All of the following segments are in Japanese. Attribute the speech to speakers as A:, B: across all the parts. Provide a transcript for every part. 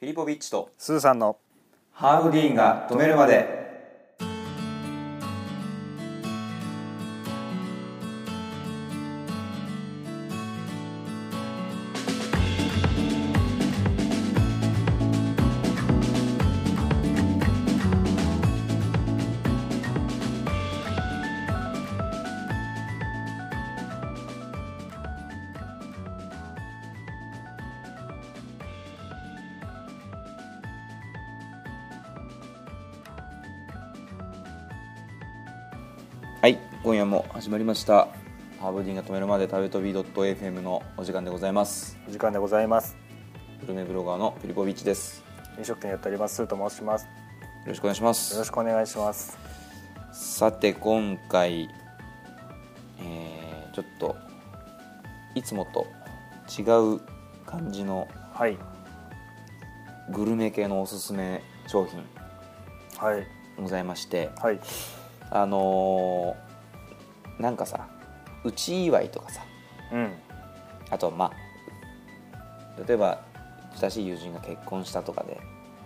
A: フィリポビッチと
B: スーさんの
A: ハーフ・ディーンが止めるまではい今夜も始まりましたハーフ・ディーンが止めるまで食べ飛び .fm のお時間でございます
B: お時間でございます
A: グルメブロガーのフィリポビッチです
B: 飲食店やっておりますスーと申します
A: よろしくお願いしま
B: よろ
A: す
B: しくお願いします
A: さて今回えー、ちょっといつもと違う感じの
B: はい
A: グルメ系のおすすめ商品
B: はい
A: ございまして
B: はい
A: あのーなんかさうち祝いとかさ
B: うん
A: あとはまあ例えば親しい友人が結婚したとかで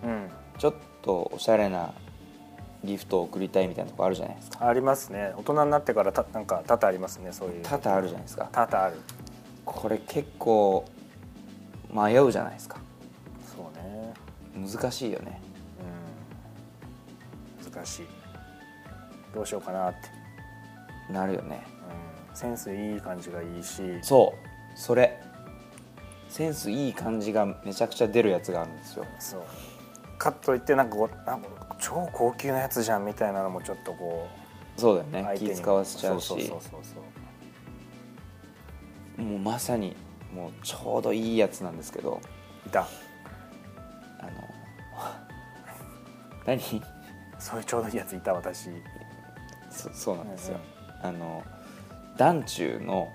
B: うん
A: ちょっとおしゃれなギフトを贈りたいみたいなとこあるじゃないですか
B: ありますね大人になってからたなんか多々ありますねそういう
A: 多々あるじゃないですか
B: 多々ある
A: これ結構迷うじゃないですか
B: そうね
A: 難しいよね
B: うん難しいどうしようかなって、
A: なるよね
B: うん、センスいい感じがいいし
A: そうそれセンスいい感じがめちゃくちゃ出るやつがあるんですよ
B: そうかといってなんかこうなんか超高級なやつじゃんみたいなのもちょっとこ
A: そうだ
B: う
A: よね気使わせちゃうし
B: そうそうそうそう
A: もうまさにもうちょうどいいやつなんですけど
B: いた
A: あの 何
B: そういうちょうどいいやついた私
A: そそうなんですよ、
B: う
A: あの団中の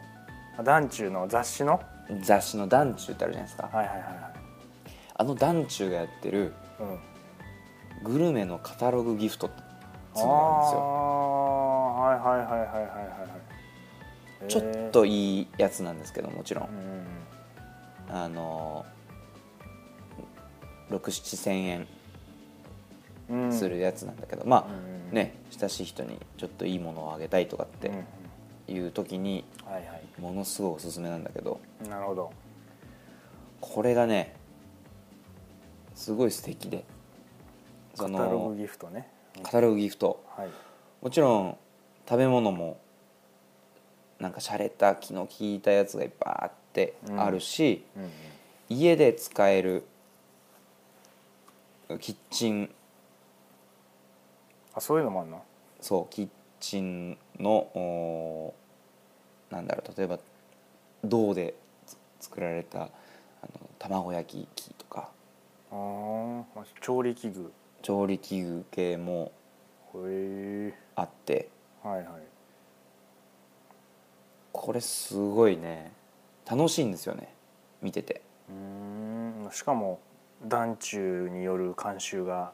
B: あ団中の雑誌のは
A: 雑誌の「団中」ってあるじゃないですか、
B: いはいはいは
A: あの団中がやってる
B: いうん
A: グルメのカタログギフトって
B: あ
A: いうのがあるんですよ
B: あはいはいはいはいはいはいはいへー
A: ちょっといいやつなんですけどもちろ
B: うん
A: ん
B: うんうん
A: あの67000円
B: うん
A: するやつなんだけど、ま
B: うん
A: あね親しい人にちょっといいものをあげたいとかっ
B: うん
A: ていう時に
B: うんはいはい
A: ものすごいおすすめなんだけど
B: なるほど
A: これがねすごい素敵で
B: カ
A: そ
B: タロ
A: の
B: グギフトね
A: カタログギフト
B: はい
A: もちろん食べ物もなんか洒落た気の利いたやつがいっぱいあって
B: うん
A: あるし、
B: うんうん
A: 家で使えるキッチン
B: あそういうのもあるの
A: そうキッチンのおーなんだろう例えば銅でつ作られたあの卵焼き器とか
B: あーまあ調理器具
A: 調理器具系も
B: へえ
A: あって
B: はいはい
A: これすごいね楽しいんですよね見てて
B: うーんしかも団中による監修が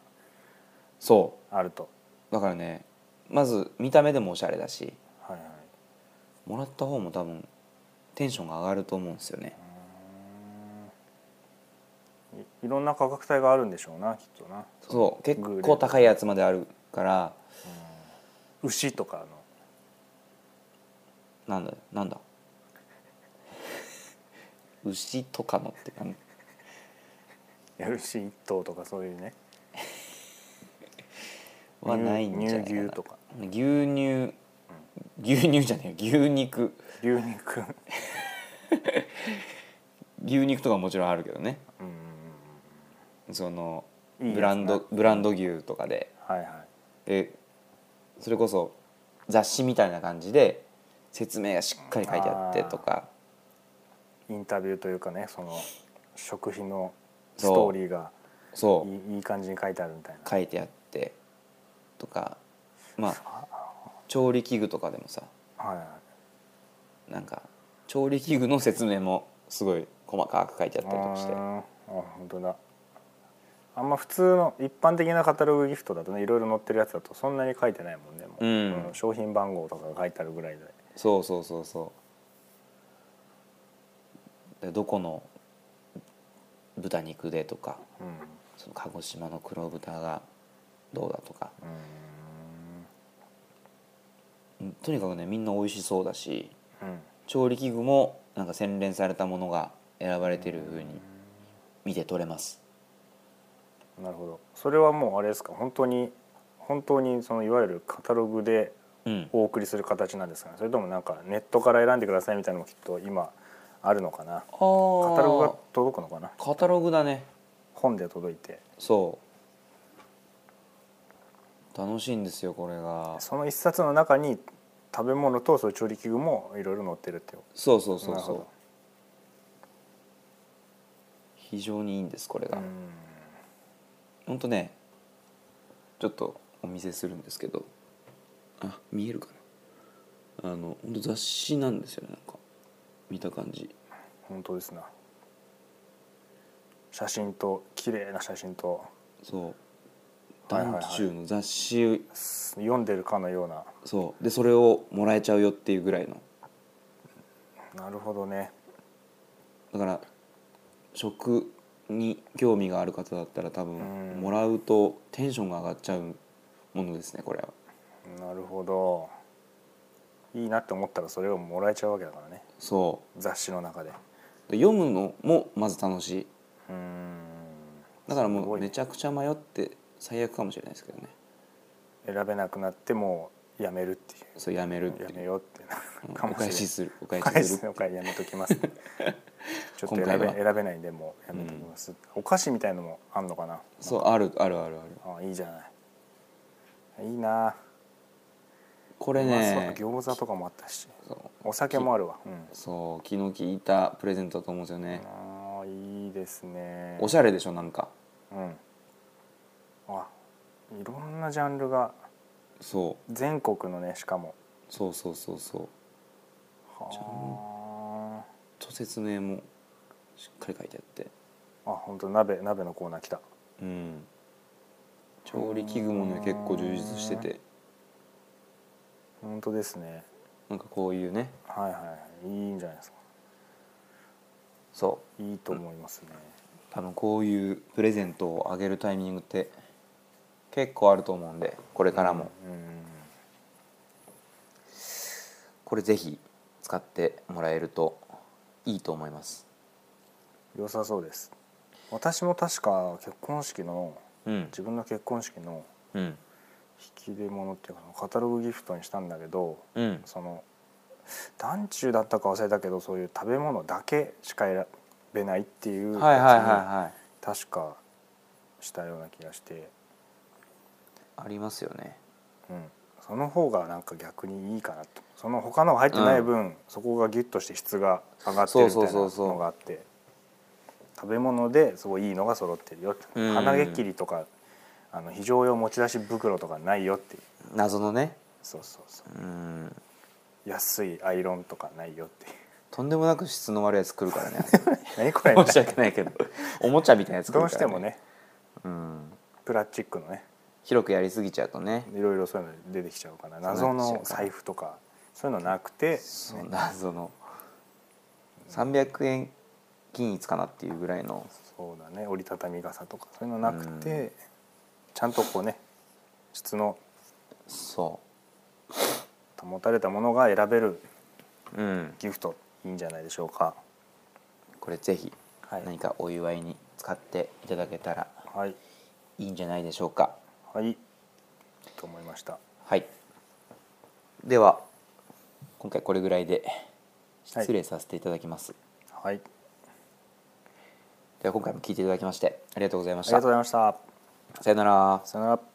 A: そ
B: あると
A: うだからねまず見た目でもおしゃれだし
B: はいはい
A: もらった方も多分テンションが上がると思うんですよね
B: いいろんな価格帯があるんでしょうなきっとな
A: そう結
B: グーレ
A: 構高いやつまであるから
B: 牛とか
A: なんだなんだ 牛とかのってなん
B: の牛一頭とかそういうね
A: はないんじゃないか
B: 乳
A: な
B: 牛とか
A: 牛乳牛乳じゃねえよ牛肉
B: 牛肉
A: 牛肉とかもちろんあるけどね
B: うん
A: その
B: いいやつ
A: ブ
B: な
A: ランドブランド牛とかで
B: はいはい
A: でそれこそ雑誌みたいな感じで説明がしっかり書いてあってとか
B: インタビューというかねその食費のス
A: そう
B: トーリーが
A: そう
B: いいいい感じに書いてあるみたいな
A: 書いてあってとかまあ調理器具とかでもさ
B: はいはい
A: なんか調理器具の説明もすごい細かく書いてあったりとかして
B: あーあ本当だあんま普通の一般的なカタログギフトだとねいろいろ載ってるやつだとそんなに書いてないもんねも
A: う
B: う
A: ん
B: うん商品番号とかが書いてあるぐらいで
A: そうそうそうそうでどこの豚肉でとか
B: うん
A: その鹿児島の黒豚がどうだとかうんとにかくねみんな美味しそうだし
B: うんうん
A: 調理器具もなんか洗練されたものが選ばれてる風に見て取れます
B: なるほどそれはもうあれですか本当に本当にそのいわゆるカタログで
A: うん
B: お送りする形なんですかねそれともなんかネットから選んでくださいみたいなのもきっと今あるのかな
A: カタ
B: カタログが届くのかな
A: カタログだね
B: 本で届いて
A: そう楽しいんですよこれが
B: その一冊の中に食べ物とそういう調理器具もいろいろ載ってるっていう
A: そうそうそう
B: なるほ
A: そう
B: ど
A: 非常にいいんですこれ
B: う
A: が、
B: ん
A: ほんとねちょっとお見せするんですけどあ見えるかなあのほんと雑誌なんですよねなんか見た感じ
B: 本当ですな写真と綺麗な写真と
A: そう
B: はいは
A: 団
B: いはい
A: 中の雑誌
B: 読んでるかのような
A: そうでそれをもらえちゃうよっていうぐらいの
B: なるほどね
A: だから食に興味がある方だったら多
B: うん
A: 分もらうとテンションが上がっちゃうものですねこれは
B: なるほどいいなって思ったらそれをもらえちゃうわけだからね
A: そ
B: 雑誌の中で
A: うで読むのもまず楽しいう
B: ーん
A: だから
B: す
A: も
B: ご
A: う
B: いね
A: めちゃくちゃ迷って最悪かもしれないですけどね
B: 選べなくなってもうやめるっていう
A: そうやめるって
B: や
A: い
B: め
A: う
B: ようってな
A: うん
B: るか
A: お
B: も
A: 返し
B: し
A: するお返
B: れない返
A: し
B: し
A: する
B: お返しやめときますちょっと選べ
A: 今回は
B: 選べないんでもうやめときます、お菓子みたいのもあんのかな
A: そうあるあるあるある
B: あいいじゃないいいな
A: これね
B: うまそう餃子とかもあったし
A: そう
B: お酒もあるわ、うん
A: そう気の利いたプレゼントだと思うんですよね
B: ああいいですね
A: おしゃれでしょなんか
B: うんあいろんなジャンルが
A: そう
B: 全国のねしかも
A: そうそうそうそうジ
B: は
A: と説明もしっかり書いてあって
B: ああ本当鍋鍋のコーナー来た
A: うん調理器具もね結構充実してて
B: 本当ですね
A: なんかこういうね
B: はいはいいいんじゃないですか
A: そ
B: いいと思いますね、
A: う多分こういうプレゼントをあげるタイミングって結構あると思うんでこれからも、
B: うん
A: これぜひ使ってもらえるといいと思います
B: 良さそうです私も確か結婚式の
A: うん
B: 自分の結婚式の
A: うん
B: 引き出物っていうかカタログギフトにしたんだけど
A: うん
B: その団中だったか忘れたけどそういう食べ物だけしか選べないっていう
A: はいはいはい
B: や
A: はい
B: つに確かしたような気がして、
A: ありますよね
B: うん、その方がなんか逆にいいかなとその他の入ってない分、そこがギュッとして質が上がってるみたい
A: そうそう
B: な
A: そうそう
B: のがあって食べ物ですごいいいのが揃ってるよって、
A: うん
B: 花げっきりとかあの非常用持ち出し袋とかないよっていう
A: 謎のね
B: そうそうそう
A: うん
B: 安いアイロンとかないよっていう
A: とんでもなく質の悪いやつ来るからね
B: 何こ れ
A: 申し訳ないけどおもちゃみたいなやつ来るか
B: ど
A: ら、
B: うしてもね
A: うん
B: プラスチックのね
A: 広くやりすぎちゃうとね
B: いろいろそういうの出てきちゃうから
A: そう
B: 謎
A: なっちゃう
B: の
A: から
B: 財布とかそういうのなくて
A: そう謎の300円均一かなっていうぐらいの
B: そうだね折りたたみ傘とかそういうのなくてちゃんとこうね質の
A: そ
B: 保たれたものが選べる
A: ううん
B: ギフトいいんじゃないでしょうか
A: これぜひ
B: はい
A: 何かお祝いに使っていただけたら
B: はい
A: いいんじゃないでしょうか
B: はいと思いました
A: はいでは今回これぐらいで
B: はい
A: 失礼させていただきます、
B: はい
A: では今回も聞いていただきましてありがとうございま
B: あ
A: し
B: りが
A: た
B: とうございました
A: さよなら
B: さよなら